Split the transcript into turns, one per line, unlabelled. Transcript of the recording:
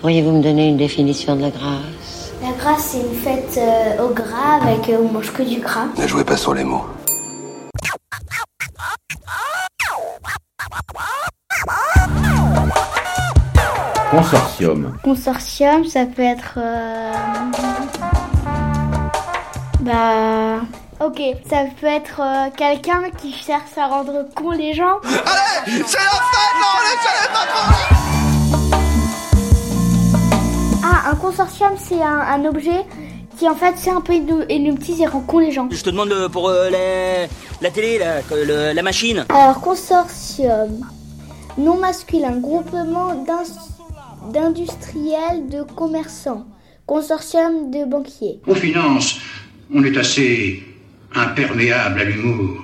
Pourriez-vous me donner une définition de la grâce
La grâce, c'est une fête euh, au gras avec euh, on mange que du gras.
Ne jouez pas sur les mots.
Consortium.
Consortium, ça peut être. euh, Bah. Ok, ça peut être euh, quelqu'un qui cherche à rendre con les gens. Ah, un consortium, c'est un, un objet qui en fait c'est un peu une, une petite et rend con les gens.
Je te demande euh, pour euh, la, la télé, la, le- la machine.
Alors, consortium, non masculin, groupement d'ins- d'industriels, de commerçants, consortium de banquiers.
Aux finances, on est assez imperméable à l'humour.